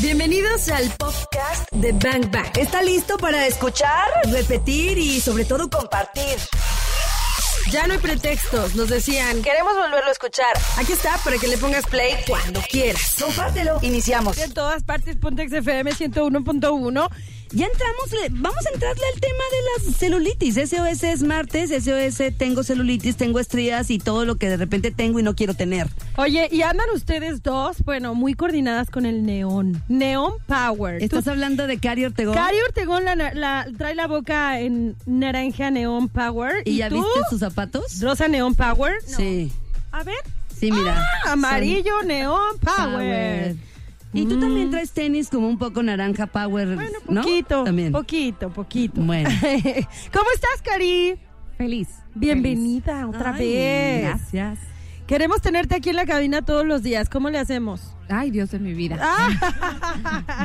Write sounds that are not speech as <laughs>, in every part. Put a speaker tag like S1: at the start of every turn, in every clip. S1: Bienvenidos al podcast de Bang Bang. ¿Está listo para escuchar, repetir y sobre todo compartir? Ya no hay pretextos, nos decían. Queremos volverlo a escuchar. Aquí está para que le pongas play cuando quieras. Compártelo. Iniciamos.
S2: En todas partes, Pontex FM 101.1. Ya entramos, le- vamos a entrarle al tema de las celulitis. SOS es martes, SOS tengo celulitis, tengo estrías y todo lo que de repente tengo y no quiero tener.
S3: Oye, y andan ustedes dos, bueno, muy coordinadas con el neón. Neón Power. Tú-
S2: ¿Estás hablando de Cari Ortegón?
S3: Cari Ortegón la, la- trae la boca en naranja Neón Power.
S2: ¿Y, ya
S3: tú?
S2: viste sus zapatos?
S3: Rosa Neón Power.
S2: Sí,
S3: A ver.
S2: sí, mira.
S3: Ah, amarillo Ah, Neón
S2: Son
S3: Power.
S2: Y tú también traes tenis como un poco naranja power,
S3: Bueno,
S2: ¿no?
S3: poquito.
S2: También.
S3: Poquito, poquito.
S2: Bueno.
S3: <laughs> ¿Cómo estás, Cari?
S2: Feliz.
S3: Bienvenida otra
S2: Ay,
S3: vez.
S2: Gracias.
S3: Queremos tenerte aquí en la cabina todos los días. ¿Cómo le hacemos? Ah,
S4: Ay, Dios de mi vida.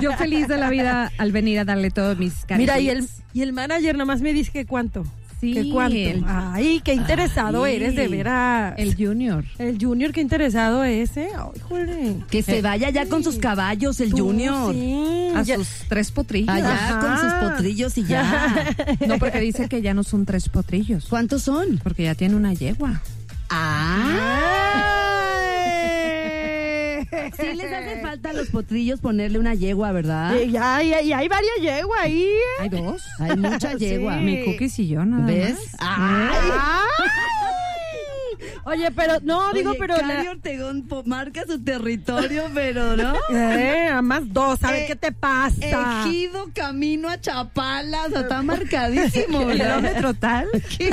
S4: Yo feliz de la vida al venir a darle todos mis cariños.
S3: <laughs> Mira, y el, y el manager nomás me dice que cuánto.
S4: Sí,
S3: Que cuánto.
S4: el-
S3: Ay, qué interesado
S2: Ay.
S3: eres, de veras. El,
S4: El Junior.
S3: Junior, qué interesado es, ¿eh? Ay, jole.
S2: Que se vaya ya con sus caballos el
S3: Tú,
S2: Junior. Ah,
S3: sí,
S4: A
S3: ya-
S4: sus tres potrillos.
S2: Allá
S3: Ajá.
S2: con sus potrillos y Ah,
S3: <laughs>
S2: ya.
S4: <laughs> No, porque dice que ya no son tres potrillos.
S2: ¿Cuántos son?
S4: Porque ya tiene una yegua.
S3: Ah. Ay.
S2: Sí les
S3: <laughs>
S2: hace falta a los potrillos ponerle una yegua, ¿verdad?
S3: Y hay, y hay varias yegua ahí, ¿eh?
S4: Hay dos.
S2: Hay mucha yegua.
S4: Mi cookies y yo, nada
S2: ¿Ves? Ah.
S4: más.
S2: Ay.
S3: Ay. Oye, pero, no, digo,
S2: Oye,
S3: pero... la-
S2: Cari Ortegón po- marca su territorio, <laughs> pero
S3: <laughs>
S2: ¿no?
S3: Eh, nada más dos, a ver
S2: Eh,
S3: qué te pasa.
S2: Ejido camino a Chapala, o sea, está
S3: <laughs>
S2: marcadísimo, ¿verdad?
S4: Kilómetro tal.
S2: ¿Qué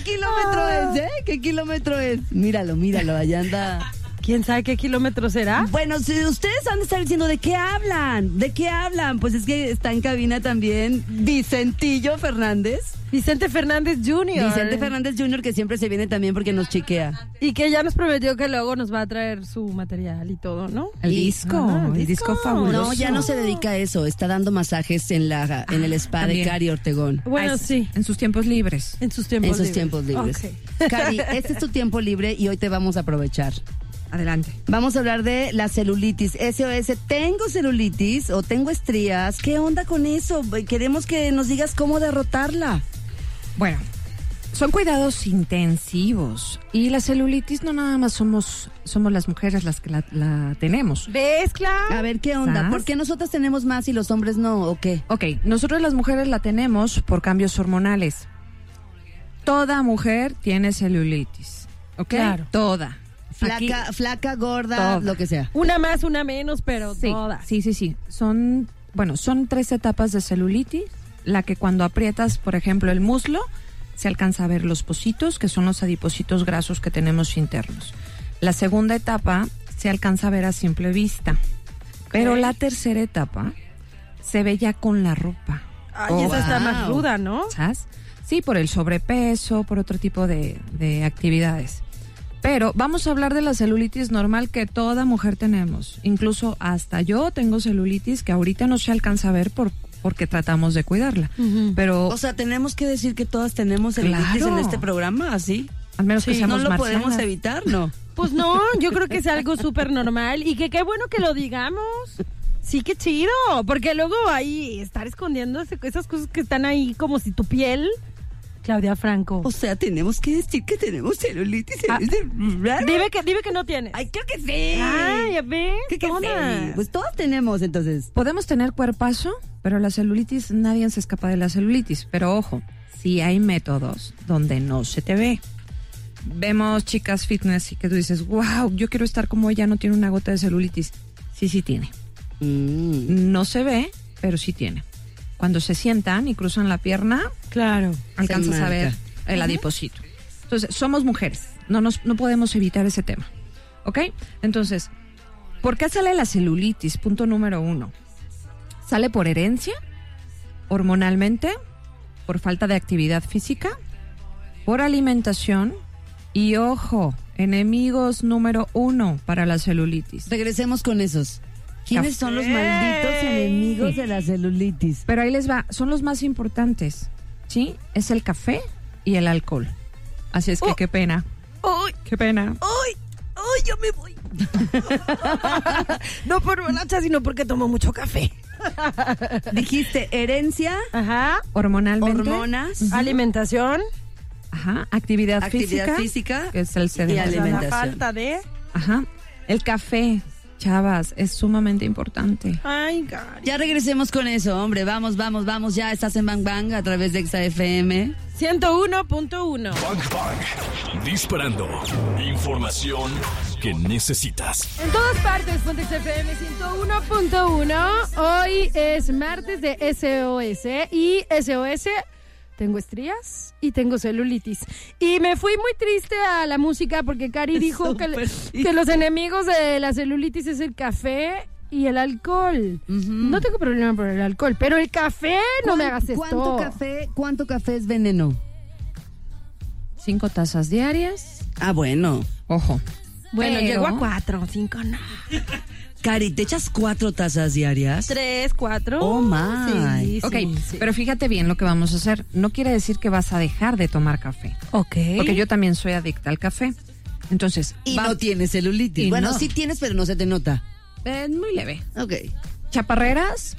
S2: kilómetro
S3: Ah.
S2: es, eh? ¿Qué kilómetro es? Míralo, míralo, allá anda.
S3: ¿Quién sabe qué kilómetro será?
S2: Bueno, si ustedes han de estar diciendo, ¿de qué hablan? ¿De qué hablan? Pues es que está en cabina también Vicentillo Fernández.
S3: Vicente Fernández Jr.
S2: Vicente Fernández Jr., que siempre se viene también porque nos chiquea.
S3: Y que ya nos prometió que luego nos va a traer su material y todo, ¿no?
S4: El
S2: Y-
S4: disco.
S3: Ah, el
S4: el disco
S3: disco.
S4: fabuloso.
S2: No, ya no se dedica a eso. Está dando masajes en, la, en el spa de
S4: también.
S2: Cari Ortegón.
S3: Bueno,
S4: Ah, es-
S3: sí.
S4: En sus tiempos libres.
S3: En sus tiempos
S2: En
S3: libres.
S2: sus tiempos libres.
S3: Ok.
S2: Cari, este es tu tiempo libre y hoy te vamos a aprovechar.
S4: Adelante.
S2: Vamos a hablar de la celulitis. SOS, tengo celulitis o tengo estrías. ¿Qué onda con eso? Queremos que nos digas cómo derrotarla.
S4: Bueno, son cuidados intensivos y la celulitis no nada más somos somos las mujeres las que la, la tenemos.
S3: ¿Ves, Clau?
S2: A ver, ¿qué onda?
S4: ¿Sas?
S2: ¿Por qué nosotras tenemos más y los hombres no o qué?
S4: Ok, nosotros las mujeres la tenemos por cambios hormonales. Toda mujer tiene celulitis, ¿ok?
S3: Claro.
S4: Toda. Aquí-
S2: Flaca, flaca, gorda,
S4: Todo.
S2: lo que sea.
S3: Una más, una menos, pero
S4: sí,
S3: todas.
S4: sí, sí, sí. Son, bueno, son tres etapas de celulitis. La que cuando aprietas, por ejemplo, el muslo, se alcanza a ver los pocitos, que son los adipocitos grasos que tenemos internos. La segunda etapa se alcanza a ver a simple vista. Pero
S3: Ok.
S4: la tercera etapa se ve ya con la ropa.
S3: Ay,
S2: Oh,
S3: esa está
S2: wow.
S3: más ruda, ¿no?
S4: ¿Sabes? Sí, por el sobrepeso, por otro tipo de, de actividades. Pero vamos a hablar de la celulitis normal que toda mujer tenemos. Incluso hasta yo tengo celulitis que ahorita no se alcanza a ver por, porque tratamos de cuidarla.
S3: Ujú.
S4: Pero
S2: Mm. O sea, tenemos que decir que todas tenemos celulitis en
S4: Claro.
S2: este programa, ¿así?
S4: al menos que
S2: no
S4: seamos
S2: lo
S4: marcianas.
S2: podemos evitar, ¿no?
S3: Pues no, yo creo que es algo súper normal y que qué bueno que lo digamos. Sí, qué chido, porque luego ahí estar escondiendo ese- esas cosas que están ahí como si tu piel, Claudia Franco.
S2: O sea, tenemos que decir que tenemos celulitis en
S3: Ah,
S2: este programa.
S3: Dime que, dime que no tienes.
S2: Ay, creo que sí.
S3: Ay, ya ves,
S2: ¿Qué que
S3: todas.
S2: sí? Pues todas tenemos, entonces.
S4: Podemos tener cuerpazo, pero la celulitis, nadie se escapa de la celulitis. Pero ojo, sí hay métodos donde no se te ve. Vemos chicas fitness y que tú dices, wow, yo quiero estar como ella, no tiene una gota de celulitis. Sí, sí tiene. No se ve, pero sí tiene. Cuando se sientan y cruzan la pierna,
S3: Claro.
S4: alcanzas a
S2: marca.
S4: ver el adiposito. Entonces, somos mujeres, no, nos, no podemos evitar ese tema. ¿Ok? Entonces, ¿por qué sale la celulitis? Punto número uno. ¿Sale por herencia? ¿Hormonalmente? ¿Por falta de actividad física? ¿Por alimentación? Y ojo, enemigos número uno para la celulitis.
S2: Regresemos con esos. ¿Quiénes son los malditos enemigos de
S3: <laughs>
S2: la celulitis?
S4: Pero ahí les va, son los más importantes, ¿sí? Es el café y el alcohol. Así es que qué pena. ¡Uy! ¡Qué pena!
S2: ¡Ay! ¡Ay, yo me voy! no por borracha, sino porque tomó mucho café. Dijiste herencia,
S3: Ajá.
S4: Hormonalmente.
S2: hormonas,
S3: Alimentación.
S4: Ajá. Actividad,
S2: actividad
S4: física.
S2: física.
S4: que es el sedentarismo.
S3: o sea, la
S2: alimentación.
S3: falta de.
S4: Ajá. El café, chavas, es sumamente importante.
S3: Ay, Gary.
S2: Ya regresemos con eso, hombre. Vamos, vamos, vamos. Ya estás en Bang Bang a través de Exa FM.
S3: 101.1.
S5: Bang Bang. Disparando. Información que necesitas.
S3: En todas partes, Pontex FM 101.1. Hoy es martes de SOS y SOS. Tengo estrías y tengo celulitis. Y me fui muy triste a la música porque Cari dijo que,
S2: Súper triste.
S3: que los enemigos de la celulitis es el café y el alcohol. No tengo problema por el alcohol, pero el café no me hagas esto.
S2: ¿Cuánto café, ¿Cuánto café es veneno?
S4: Cinco tazas diarias.
S2: Ah, bueno.
S4: Ojo.
S3: Bueno,
S4: Pero-
S3: llego a cuatro, cinco, no.
S2: Cari, ¿te echas cuatro tazas diarias?
S3: Tres, cuatro.
S2: Oh, my.
S3: Sí, sí,
S4: Ok,
S3: sí.
S4: pero fíjate bien lo que vamos a hacer. No quiere decir que vas a dejar de tomar café.
S3: Ok.
S4: Porque yo también soy adicta al café. Entonces,
S2: Y
S4: va-
S2: no tienes celulitis.
S4: Y
S2: bueno,
S4: no.
S2: sí tienes, pero no se te nota.
S4: Eh, muy leve.
S2: Ok.
S4: Chaparreras,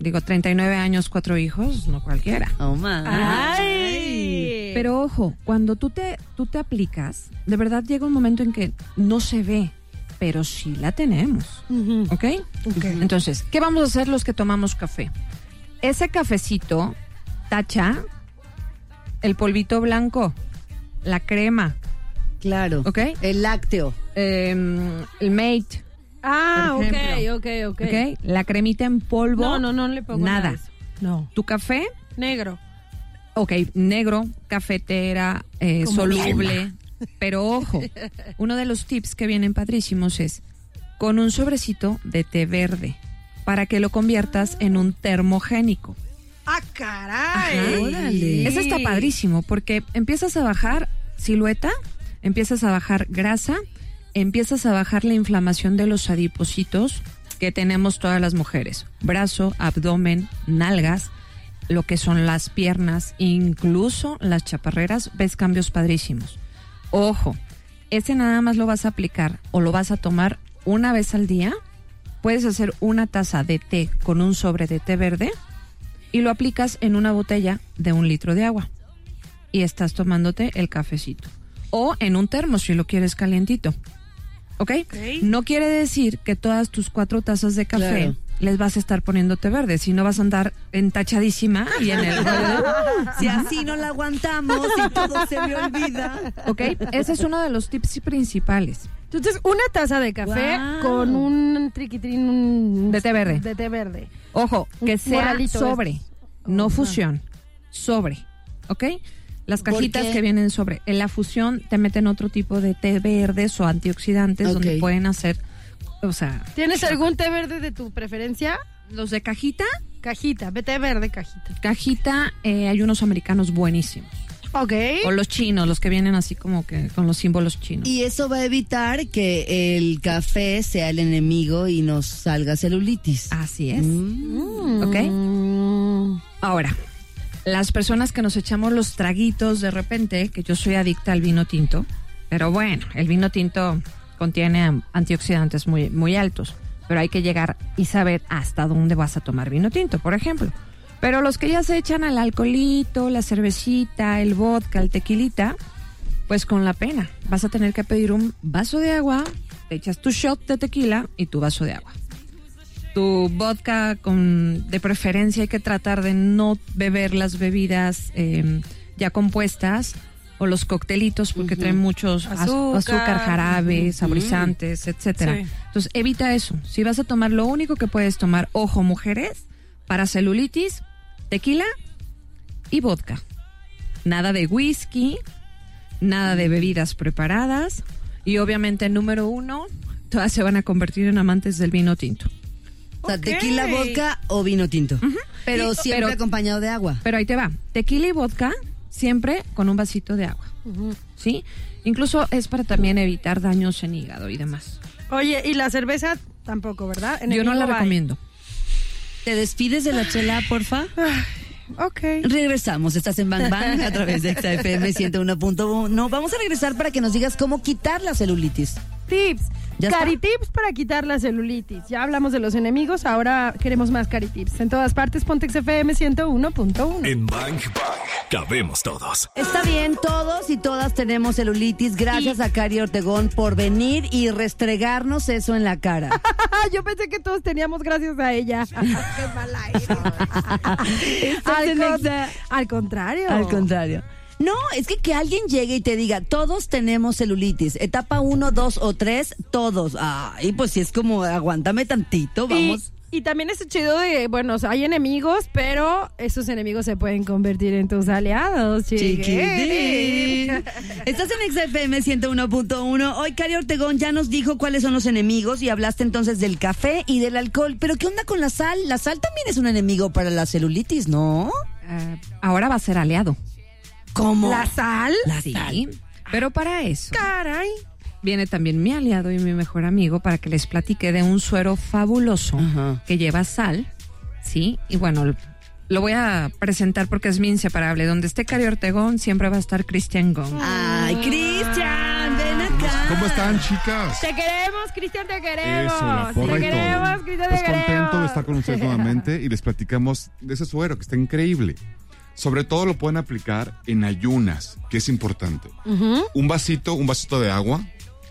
S4: digo, 39 años, cuatro hijos, no cualquiera.
S2: Oh, my.
S3: Ah. Ay.
S4: Pero ojo, cuando tú te, tú te aplicas, de verdad llega un momento en que no se ve, pero sí la tenemos. ¿Ok? Entonces, ¿qué vamos a hacer los que tomamos café? Ese cafecito tacha el polvito blanco, la crema,
S2: Claro.
S4: Ok.
S2: El lácteo.
S4: em, el mate,
S3: Ah,
S4: Por
S3: ok,
S4: ejemplo.
S3: ok, ok.
S4: ¿ok? La cremita en polvo.
S3: No, no, no le pongo nada.
S4: nada.
S3: de eso. No.
S4: Tu café,
S3: Negro.
S4: ok, negro, cafetera, eh,
S3: Como mi
S4: soluble. Pero ojo, uno de los tips que vienen padrísimos es con un sobrecito de té verde para que lo conviertas en un termogénico.
S3: Ah, caray.
S4: Ajá.
S2: Órale.
S4: Eso está padrísimo porque empiezas a bajar silueta, empiezas a bajar grasa, empiezas a bajar la inflamación de los adipocitos que tenemos todas las mujeres. Brazo, abdomen, nalgas, lo que son las piernas, incluso las chaparreras, ves cambios padrísimos. Ojo, ese nada más lo vas a aplicar o lo vas a tomar una vez al día. Puedes hacer una taza de té con un sobre de té verde y lo aplicas en una botella de un litro de agua y estás tomándote el cafecito o en un termo si lo quieres calientito. ¿Ok? No quiere decir que todas tus cuatro tazas de café
S2: Claro.
S4: les vas a estar poniéndote verde, si no vas a andar entachadísima y en el...
S2: Si así no la aguantamos y todo se me olvida.
S4: ¿Ok? Ese es uno de los tips principales.
S3: Entonces, una taza de café
S2: Guau.
S3: con un triquitrín un- este,
S4: De té verde.
S3: De té verde.
S4: Ojo, que
S3: Un
S4: sea
S3: moralito
S4: sobre,
S3: de estos.
S4: no fusión, sobre, ¿ok? Las
S2: ¿Por
S4: cajitas
S2: qué?
S4: que vienen sobre. En la fusión te meten otro tipo de té verdes o antioxidantes donde
S2: Ok.
S4: pueden hacer, o sea,
S3: ¿Tienes algún té verde de tu preferencia?
S4: los de cajita,
S3: Cajita, ve té verde, cajita.
S4: cajita, eh, hay unos americanos buenísimos.
S3: Ok.
S4: O los chinos, los que vienen así como que con los símbolos
S2: <laughs>
S4: chinos.
S2: Y eso va a evitar que el café sea el enemigo y nos salga celulitis.
S4: Así es,
S2: Mm.
S4: ¿ok?
S3: Mm.
S4: Ahora, las personas que nos echamos los traguitos de repente, que yo soy adicta al vino tinto, pero bueno, el vino tinto contiene am- antioxidantes muy, muy altos, pero hay que llegar y saber hasta dónde vas a tomar vino tinto, por ejemplo. Pero los que ya se echan al alcoholito, la cervecita, el vodka, el tequilita, pues con la pena, vas a tener que pedir un vaso de agua, te echas tu shot de tequila y tu vaso de agua tu vodka con de preferencia hay que tratar de no beber las bebidas eh, ya compuestas o los coctelitos porque traen muchos az-
S3: Azúcar.
S4: azúcar, jarabe, saborizantes, etcétera.
S3: Sí.
S4: Entonces, evita eso. Si vas a tomar lo único que puedes tomar, ojo, mujeres, para celulitis, tequila y vodka. Nada de whisky, nada de bebidas preparadas y obviamente número uno, todas se van a convertir en amantes del vino tinto.
S2: O sea,
S3: Ok.
S2: tequila, vodka o vino tinto. Pero
S4: Y-
S2: siempre
S4: pero-
S2: acompañado de agua.
S4: Pero ahí te va. Tequila y vodka siempre con un vasito de agua. ¿Sí? Incluso es para también evitar daños en hígado y demás.
S3: Oye, y la cerveza tampoco, ¿verdad? En el
S4: Yo no la
S3: mismo baile.
S4: recomiendo.
S2: ¿Te despides de la chela, porfa?
S3: Ok.
S2: Regresamos, estás en Bang Bang a través de XFM 101.1. No, vamos a regresar para que nos digas cómo quitar la celulitis.
S3: Tips.
S2: ¿Ya está?
S3: Caritips para quitar la celulitis. Ya hablamos de los enemigos, ahora queremos más caritips. En todas partes, Pontex FM 101.1.
S2: Eh.
S5: En Bang Bang cabemos todos.
S2: Está bien, todos y todas tenemos celulitis. Gracias a Cari Ortegón por venir y restregarnos eso en la cara. <laughs>
S3: Ah, yo pensé que todos teníamos gracias a ella. <laughs> Qué mal
S2: <laughs>
S3: aire. al,
S2: con-
S3: contra- al contrario.
S2: Al contrario. No, es que que alguien llegue y te diga, todos tenemos celulitis, etapa 1, 2 o 3, todos. Ay, pues si es como, aguántame tantito,
S3: Y-
S2: vamos.
S3: Y, también es chido de, bueno, o sea, hay enemigos, pero esos enemigos se pueden convertir en tus aliados,
S2: Chiquitín.
S3: chiquitín.
S2: <laughs> Estás en XFM 101.1. Hoy Cari Ortegón ya nos dijo cuáles son los enemigos y hablaste entonces del café y del alcohol. Pero ¿qué onda con la sal? La sal también es un enemigo para la celulitis, ¿no?
S4: Ah, ahora va a ser aliado.
S2: ¿Cómo?
S3: ¿La sal?
S2: La
S4: Sí.
S2: sal.
S4: Pero para eso
S3: Caray.
S4: viene también mi aliado y mi mejor amigo para que les platique de un suero fabuloso
S2: Ajá.
S4: que lleva sal, ¿sí? Y bueno, lo voy a presentar porque es mi inseparable. Donde esté Cari Ortegón siempre va a estar Cristian Gong.
S2: Ay, Cristian, ven acá.
S6: ¿Cómo están, chicas?
S3: Te queremos, Cristian, te queremos.
S6: Eso, la porra
S3: te
S6: y todo.
S3: queremos, Cristian, te
S6: Pues contento de
S3: queremos.
S6: estar con ustedes nuevamente y les platicamos de ese suero que está increíble. Sobre todo lo pueden aplicar en ayunas, que es importante. Un vasito, un vasito de agua,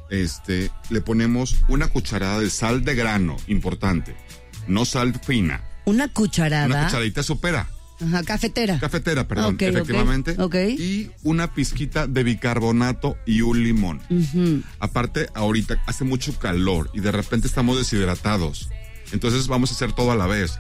S6: este, le ponemos una cucharada de sal de grano, importante, no sal fina.
S2: Una cucharada.
S6: Una cucharadita supera,
S2: Ajá, cafetera.
S6: cafetera, perdón,
S2: Ok, ok,
S6: efectivamente.
S2: ok.
S6: Y una pizquita de bicarbonato y un limón.
S2: Ujú.
S6: Aparte, ahorita hace mucho calor y de repente estamos deshidratados. Entonces vamos a hacer todo a la vez.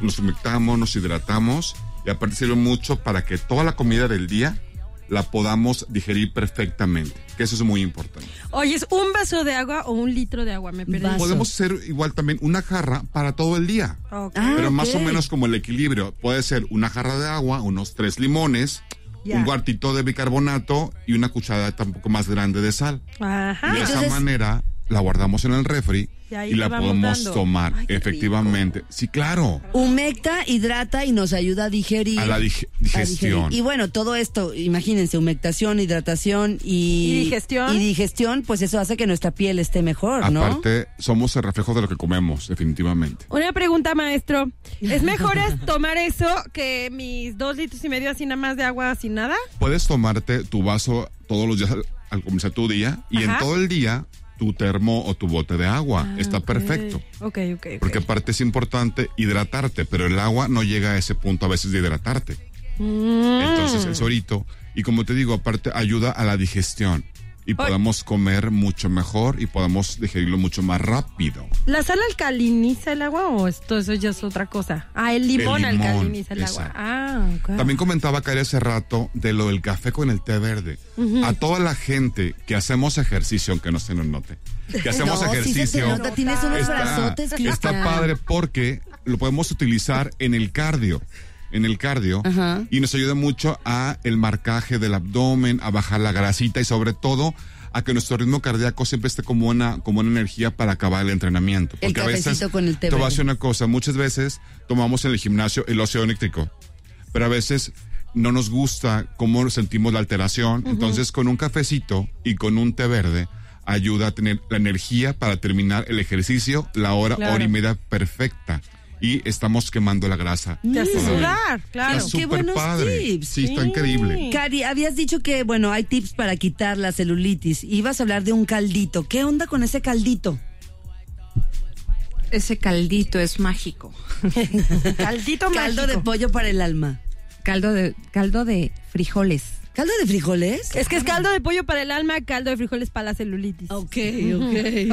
S6: Nos humectamos, nos hidratamos y aparte sirve mucho para que toda la comida del día la podamos digerir perfectamente, que eso es muy importante.
S3: <laughs> Oye, ¿es un vaso de agua o un litro de agua? Me perdí.
S2: Vaso.
S6: Podemos hacer igual también una jarra para todo el día,
S3: Ok.
S2: Ah,
S6: pero más o
S2: ok.
S6: menos como el equilibrio. Puede ser una jarra de agua, unos tres limones,
S3: Ya.
S6: un cuartito de bicarbonato y una cucharada tampoco más grande de sal.
S3: Ajá.
S6: Y de
S2: Entonces-
S6: esa manera la guardamos en el refri
S3: Ah, Y ahí
S6: y,
S3: le
S6: la
S3: vamos
S6: podemos
S3: dando.
S6: tomar,
S3: Ay, qué
S6: efectivamente. Sí, claro.
S2: Humecta, hidrata y nos ayuda a digerir.
S6: A la dig-
S2: A
S6: digestión.
S2: digerir. Y bueno, todo esto, imagínense, humectación, hidratación y,
S3: Y digestión.
S2: Y digestión, pues eso hace que nuestra piel esté mejor, ¿no?
S6: Aparte, somos el reflejo de lo que comemos, definitivamente.
S3: Una pregunta, maestro. ¿Es mejor
S6: <laughs>
S3: es tomar eso que mis dos litros y medio así nada más de agua sin nada?
S6: Puedes tomarte tu vaso todos los días al, al comenzar tu día y
S3: Ajá. Ah,
S6: en todo el día tu termo o tu bote de agua. Está perfecto.
S3: Ok, ok. ok.
S6: Porque aparte es importante hidratarte, pero el agua no llega a ese punto a veces de hidratarte.
S2: Mm.
S3: Mm.
S6: Entonces el sorito, y como te digo, aparte ayuda a la digestión y podamos comer mucho mejor y podamos digerirlo mucho más rápido.
S3: ¿La sal alcaliniza el agua o esto eso ya es otra cosa? Ah, el limón,
S6: El limón,
S3: alcaliniza el agua.
S6: exacto.
S3: Ah, ok.
S6: También comentaba Cari hace rato de lo del café con el té verde. A toda la gente que hacemos ejercicio, aunque no se nos note,
S2: <laughs>
S6: que
S2: No,
S6: hacemos
S2: sí se te
S6: ejercicio.
S2: nota, tienes unos brazotes, Cristian.
S6: está padre porque lo podemos utilizar en el cardio. En el cardio.
S2: Ajá.
S6: Y nos ayuda mucho a el marcaje del abdomen, a bajar la grasita y sobre todo a que nuestro ritmo cardíaco siempre esté como una, como una energía para acabar el entrenamiento.
S2: El
S6: Porque a veces,
S2: cafecito con el té
S6: te voy a
S2: verde.
S6: decir una cosa, muchas veces tomamos en el gimnasio el óxido nítrico, pero a veces no nos gusta cómo sentimos la alteración, entonces con un cafecito y con un té verde ayuda a tener la energía para terminar el ejercicio la hora,
S3: Claro.
S6: hora y media perfecta y estamos quemando la grasa.
S3: Te hace
S6: todavía.
S3: sudar,
S6: <laughs>
S3: claro.
S6: Está
S2: Qué
S6: súper
S2: buenos
S6: padre.
S2: tips.
S6: Sí, está
S3: Sí.
S6: increíble.
S2: Cari, habías dicho que, bueno, hay tips para quitar la celulitis. Ibas a hablar de un caldito. ¿Qué onda con ese caldito?
S4: Ese caldito es mágico.
S3: Caldito
S2: Caldo de pollo para el alma.
S4: Caldo de, caldo de frijoles.
S2: ¿Caldo de frijoles?
S3: Es que es caldo de pollo para el alma, caldo de frijoles para la celulitis.
S2: Ok, ok.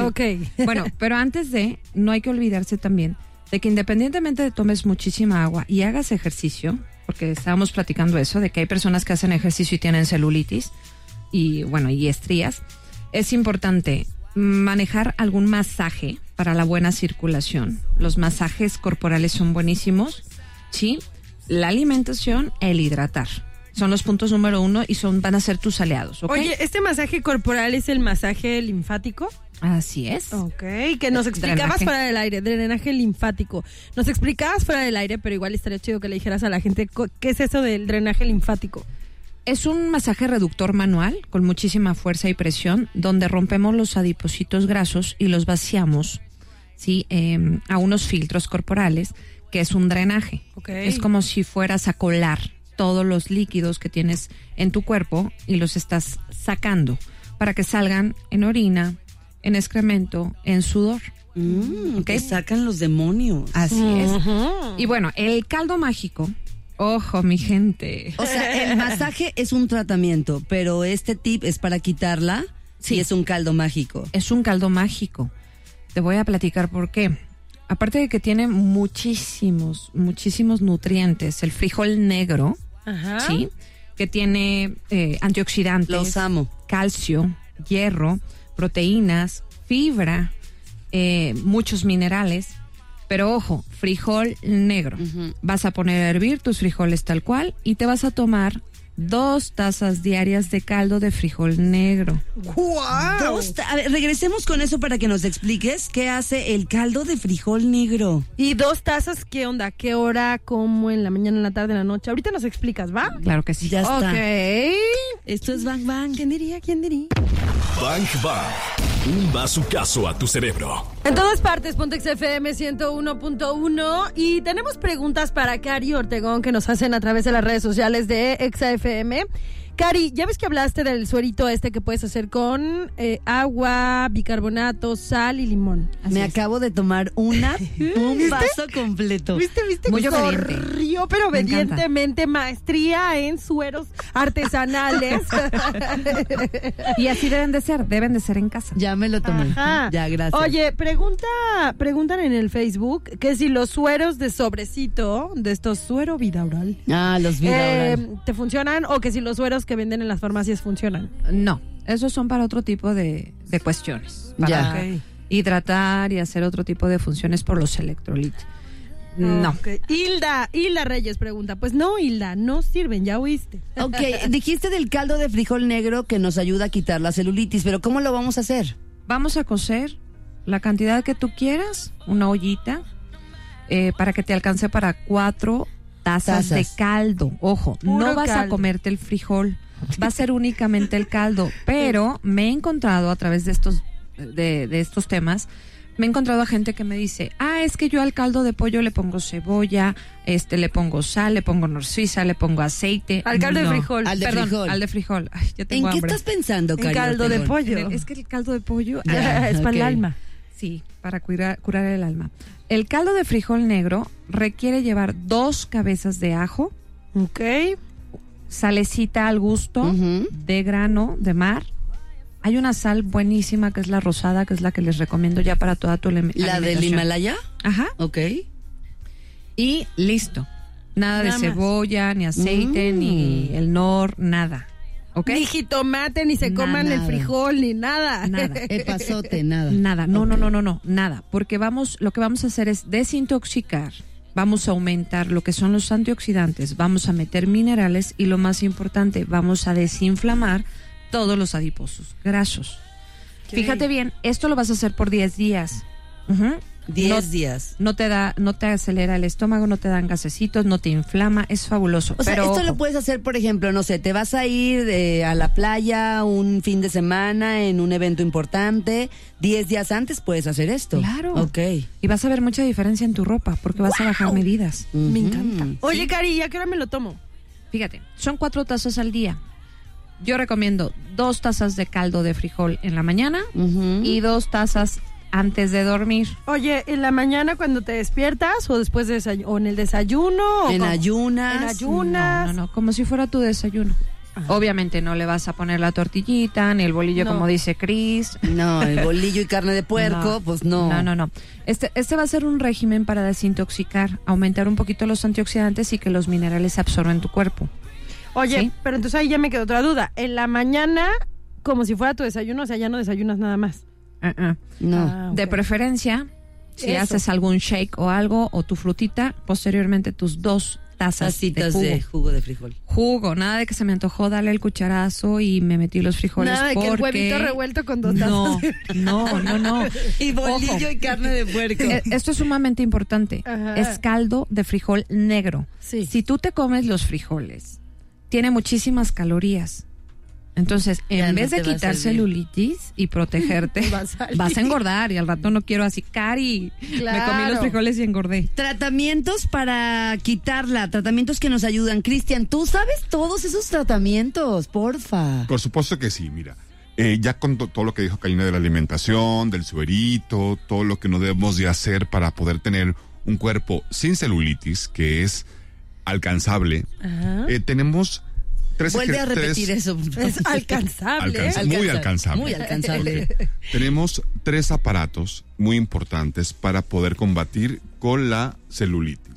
S3: <laughs> Ok.
S4: Bueno, pero antes de, no hay que olvidarse también de que independientemente de tomes muchísima agua y hagas ejercicio, porque estábamos platicando eso, de que hay personas que hacen ejercicio y tienen celulitis y bueno, y estrías, es importante manejar algún masaje para la buena circulación. Los masajes corporales son buenísimos, ¿sí? La alimentación, el hidratar. Son los puntos número uno y son, van a ser tus aliados, ¿ok?
S3: Oye, ¿este masaje corporal es el masaje linfático?
S4: Así es.
S3: Ok, que nos explicabas
S4: Drenaje.
S3: fuera del aire, drenaje linfático. Nos explicabas fuera del aire, pero igual estaría chido que le dijeras a la gente co- qué es eso del drenaje linfático.
S4: es un masaje reductor manual con muchísima fuerza y presión donde rompemos los adipocitos grasos y los vaciamos ¿sí? Eh, a unos filtros corporales que es un drenaje.
S3: Ok.
S4: Es como si fueras a colar todos los líquidos que tienes en tu cuerpo y los estás sacando para que salgan en orina, en excremento, en sudor.
S2: Mm, Que sacan los demonios.
S4: Así es. Y bueno, el caldo mágico, ojo mi gente,
S2: O
S3: <laughs>
S2: sea, el masaje es un tratamiento, pero este tip es para quitarla si es un caldo mágico.
S4: es un caldo mágico. Te voy a platicar por qué. Aparte de que tiene muchísimos, muchísimos nutrientes, el frijol negro,
S3: Ajá.
S4: ¿sí? Que tiene eh, antioxidantes.
S2: Ah. Los amo.
S4: calcio, hierro, proteínas, fibra, eh, muchos minerales. Pero ojo, frijol negro. Vas a poner a hervir tus frijoles tal cual y te vas a tomar dos tazas diarias de caldo de frijol negro.
S2: Dos ta- a ver, regresemos con eso para que nos expliques qué hace el caldo de frijol negro.
S3: Y dos tazas, ¿qué onda? ¿Qué hora? ¿Cómo? ¿En la mañana, en la tarde, en la noche? Ahorita nos explicas, ¿va?
S4: Claro que sí.
S2: Ya está.
S3: Ok.
S2: Esto es Bang Bang.
S3: ¿Quién diría? ¿Quién diría?
S5: Bang Bang. Un bazucazo a tu cerebro.
S3: En todas partes, Pontex FM 101.1 y tenemos preguntas para Cari Ortegón que nos hacen a través de las redes sociales de ExaFM. Cari, ya ves que hablaste del suerito este que puedes hacer con eh, agua, bicarbonato, sal y limón.
S2: Me acabo de tomar
S3: <laughs>
S2: una, un vaso completo.
S3: ¿Viste, viste?
S4: Muy
S3: que
S4: obediente.
S3: sonrió, pero
S4: Me encanta.
S3: obedientemente maestría en sueros <laughs> artesanales.
S4: Y así deben de ser, deben de ser en casa.
S2: Ya me lo tomé.
S3: Ajá.
S2: Ya, gracias.
S3: Oye, pregunta, preguntan en el Facebook que si los sueros de sobrecito, de estos suero vida oral,
S2: Ah, los vi.
S3: eh, te funcionan o que si los sueros que venden en las farmacias funcionan.
S4: No, esos son para otro tipo de, de cuestiones. Para
S2: Ya.
S3: Ok.
S4: hidratar y hacer otro tipo de funciones por los electrolitos.
S2: Mm.
S4: No.
S3: Ah, Ok. Hilda, Hilda Reyes pregunta, pues no, Hilda, no sirven, ya oíste.
S2: Ok, dijiste del caldo de frijol negro que nos ayuda a quitar la celulitis, pero ¿cómo lo vamos a hacer?
S4: Vamos a cocer la cantidad que tú quieras, una ollita, eh, para que te alcance para cuatro tazas,
S2: Tazas.
S4: de caldo. Ojo,
S3: Puro
S4: no vas a
S3: caldo.
S4: comerte el frijol, va a ser únicamente el caldo. Pero me he encontrado a través de estos, de, de estos temas. Me he encontrado a gente que me dice, ah, es que yo al caldo de pollo le pongo cebolla, este, le pongo sal, le pongo norciza, le pongo aceite.
S3: Al caldo de
S4: No.
S3: frijol.
S2: Al de
S4: Perdón,
S2: frijol.
S4: al de frijol. Ay, ya
S2: ¿En
S4: tengo
S2: qué
S4: hambre.
S2: estás pensando,
S3: En
S2: Cari
S3: caldo de
S2: Ortegón?
S3: pollo.
S4: En el- es que el caldo de pollo <laughs>
S2: Ya,
S3: es para el
S2: ok.
S3: alma.
S4: Sí, para curar, curar el alma. El caldo de frijol negro requiere llevar dos cabezas de ajo,
S3: Ok.
S4: salecita al gusto,
S2: Ujú.
S4: de grano, de mar. Hay una sal buenísima que es la rosada, que es la que les recomiendo ya para toda tu alime-
S2: ¿La
S4: alimentación.
S2: del Himalaya?
S4: Ajá.
S2: Ok.
S4: Y listo. Nada,
S3: Nada más.
S4: de cebolla, ni aceite, ni el nor, nada. ¿Ok?
S3: Ni jitomate, ni se
S4: Na-
S3: coman el
S2: nada.
S3: frijol, ni nada.
S4: Nada.
S2: <laughs> Epazote, nada.
S4: Nada, no,
S2: Ok.
S4: no, no, no, no, nada, porque vamos, lo que vamos a hacer es desintoxicar, vamos a aumentar lo que son los antioxidantes, vamos a meter minerales y lo más importante, vamos a desinflamar todos los adiposos grasos. Fíjate bien, esto lo vas a hacer por 10 días. Ujú.
S2: Diez
S4: No-
S2: días.
S4: No te da, no te acelera el estómago, no te dan gasecitos, no te inflama, es fabuloso.
S2: O sea,
S4: Pero,
S2: esto lo
S4: ojo,
S2: puedes hacer, por ejemplo, no sé, te vas a ir eh, a la playa un fin de semana en un evento importante, diez días antes puedes hacer esto.
S4: Claro.
S2: Ok.
S4: Y vas a ver mucha diferencia en tu ropa, porque vas a bajar medidas.
S2: Me
S3: encanta. <laughs> Oye, Cari, ¿ya qué hora me lo tomo?
S4: Fíjate, son cuatro tazas al día. Yo recomiendo dos tazas de caldo de frijol en la mañana y dos tazas antes de dormir.
S3: Oye, ¿en la mañana cuando te despiertas o después de desayuno? ¿O en el desayuno? ¿O
S2: En
S3: cómo?
S2: ayunas.
S3: En
S4: No,
S3: ayunas.
S4: no, no, como si fuera tu desayuno. Obviamente no le vas a poner la tortillita ni el bolillo
S3: No.
S4: como dice Chris.
S2: No, el bolillo y carne de puerco, pues no.
S4: No, no, no. Este, este va a ser un régimen para desintoxicar, aumentar un poquito los antioxidantes y que los minerales se absorben en tu cuerpo.
S3: Oye,
S4: Sí.
S3: pero entonces ahí ya me quedó otra duda. En la mañana, como si fuera tu desayuno, o sea, ya no desayunas nada más.
S4: Ah, ah.
S2: No.
S3: Ah, ok.
S4: De preferencia, si
S3: Eso.
S4: haces algún shake o algo, o tu frutita, posteriormente tus dos tazas
S2: Tacitas
S4: de jugo.
S2: de jugo de frijol.
S4: Jugo, nada de que se me antojó darle el cucharazo y me metí los frijoles.
S3: Nada de que el
S4: porque-
S3: huevito revuelto con dos tazas.
S4: No, no,
S3: <laughs>
S4: no, no.
S2: Y bolillo
S4: Ojo.
S2: y carne de puerco.
S4: Eh, Esto es sumamente importante.
S3: Ajá.
S4: Es caldo de frijol negro.
S3: Sí.
S4: Si tú te comes los frijoles, tiene muchísimas calorías. Entonces,
S2: Ya
S4: en
S2: no
S4: vez de
S2: te va a
S4: quitar
S2: salir.
S4: celulitis
S2: <laughs>
S4: y protegerte, vas a, engordar y al rato no quiero así, Cari. Me comí los frijoles y engordé.
S2: Tratamientos para quitarla, tratamientos que nos ayudan. Cristian, tú sabes todos esos tratamientos, porfa.
S6: Por supuesto que sí, mira. eh, ya con to- todo lo que dijo Karina de la alimentación, del suerito, todo lo que no debemos de hacer para poder tener un cuerpo sin celulitis, que es alcanzable, eh, tenemos tres
S2: Vuelve
S6: ejer-
S2: a repetir
S6: tres- <laughs>
S2: eso.
S3: Es alcanzable. ¿eh?
S6: Alcanza- muy alcanzable.
S2: Muy alcanzable.
S6: Ok. Tenemos tres aparatos muy importantes para poder combatir con la celulitis.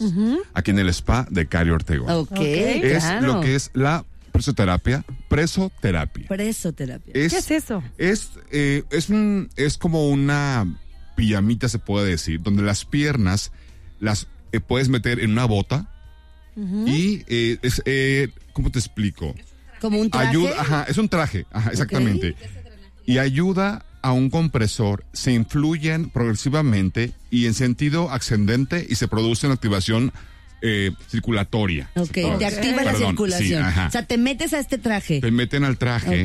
S6: Aquí en el spa de Cari Ortega.
S2: Ok,
S6: Es
S2: claro.
S6: lo que es la presoterapia, presoterapia.
S2: Presoterapia.
S3: ¿Qué es eso?
S6: Es, eh, es, un, es como una pijamita, se puede decir, donde las piernas las eh, puedes meter en una bota y eh, es, eh, ¿cómo te explico?
S2: Como un traje.
S6: Ayuda, ajá, es un traje, ajá, exactamente. Y ayuda a un compresor, se influyen progresivamente y en sentido ascendente y se produce una activación eh, circulatoria. Ah,
S2: Ok, te activa la
S6: Perdón, sí,
S2: circulación.
S6: ajá.
S2: o sea, te metes a este traje.
S6: Te meten al traje,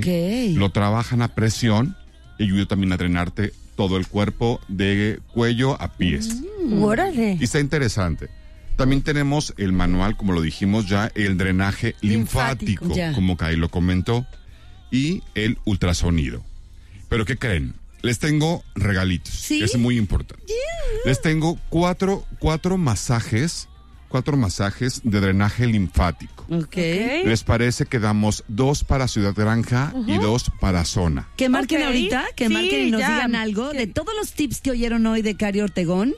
S2: Ok.
S6: lo trabajan a presión y ayuda también a drenarte todo el cuerpo de cuello a pies.
S2: Mm,
S3: Órale.
S6: Y está interesante. También tenemos el manual, como lo dijimos ya, el drenaje linfático,
S2: ya.
S6: como Kai lo comentó, y el ultrasonido. Pero ¿qué creen? Les tengo regalitos.
S2: ¿Sí?
S6: que Es muy importante. Les tengo cuatro, cuatro masajes, cuatro masajes de drenaje linfático.
S2: Ok.
S3: Ok.
S6: ¿Les parece que damos dos para Ciudad Granja y dos para Zona?
S2: Que marquen
S3: Ok.
S2: ahorita, que
S3: Sí,
S2: marquen y nos
S3: ya.
S2: digan algo
S3: Que-
S2: de todos los tips que oyeron hoy de Cari Ortegón.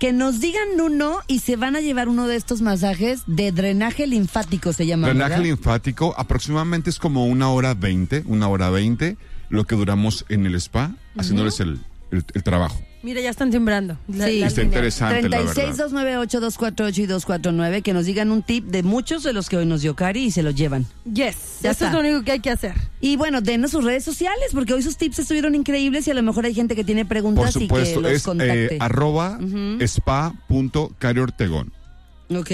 S2: Que nos digan uno y se van a llevar uno de estos masajes de drenaje linfático, se llama.
S6: Drenaje
S2: ¿verdad?
S6: linfático aproximadamente es como una hora veinte, una hora veinte, lo que duramos en el spa haciéndoles el, el- el trabajo.
S3: Mira, ya están sembrando. La-
S2: Sí.
S3: la
S6: Está
S3: línea.
S6: interesante, la verdad.
S2: 36-298-248 y 249. Que nos digan un tip de muchos de los que hoy nos dio Cari y se los llevan.
S3: Yes.
S2: Ya
S3: Eso
S2: está.
S3: es lo único que hay que hacer.
S2: Y bueno, denos sus redes sociales, porque hoy sus tips estuvieron increíbles y a lo mejor hay gente que tiene
S6: Por
S2: preguntas y que
S6: supuesto,
S2: los
S6: es
S2: contacte.
S6: eh, arroba spa.cariortegón
S2: ok.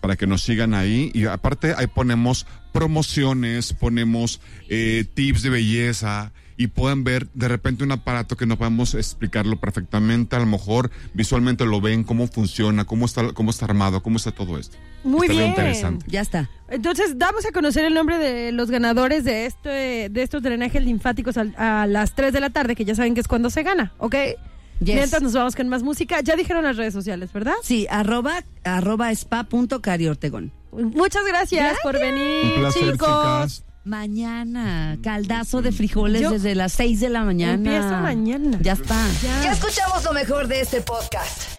S6: para que nos sigan ahí. Y aparte ahí ponemos promociones, ponemos eh, tips de belleza y pueden ver de repente un aparato que no podemos explicarlo perfectamente. A lo mejor visualmente lo ven, cómo funciona, cómo está, cómo está armado, cómo está todo esto.
S3: Muy
S6: Está
S3: bien.
S6: interesante.
S2: Ya está.
S3: Entonces, damos a conocer el nombre de los ganadores de este de estos drenajes linfáticos al- a las 3 de la tarde, que ya saben que es cuando se gana, ¿ok?
S2: Yes.
S3: Mientras nos vamos con más música. Ya dijeron las redes sociales, ¿verdad?
S2: Sí, arroba, arroba spa punto Cari Ortegón.
S3: Muchas gracias, por venir,
S6: Un placer,
S3: chicos.
S6: chicas.
S2: Mañana, caldazo de frijoles
S3: Yo-
S2: desde las 6 de la mañana.
S3: Empieza mañana.
S2: Ya está.
S1: Ya escuchamos lo mejor de este podcast.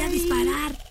S7: a disparar.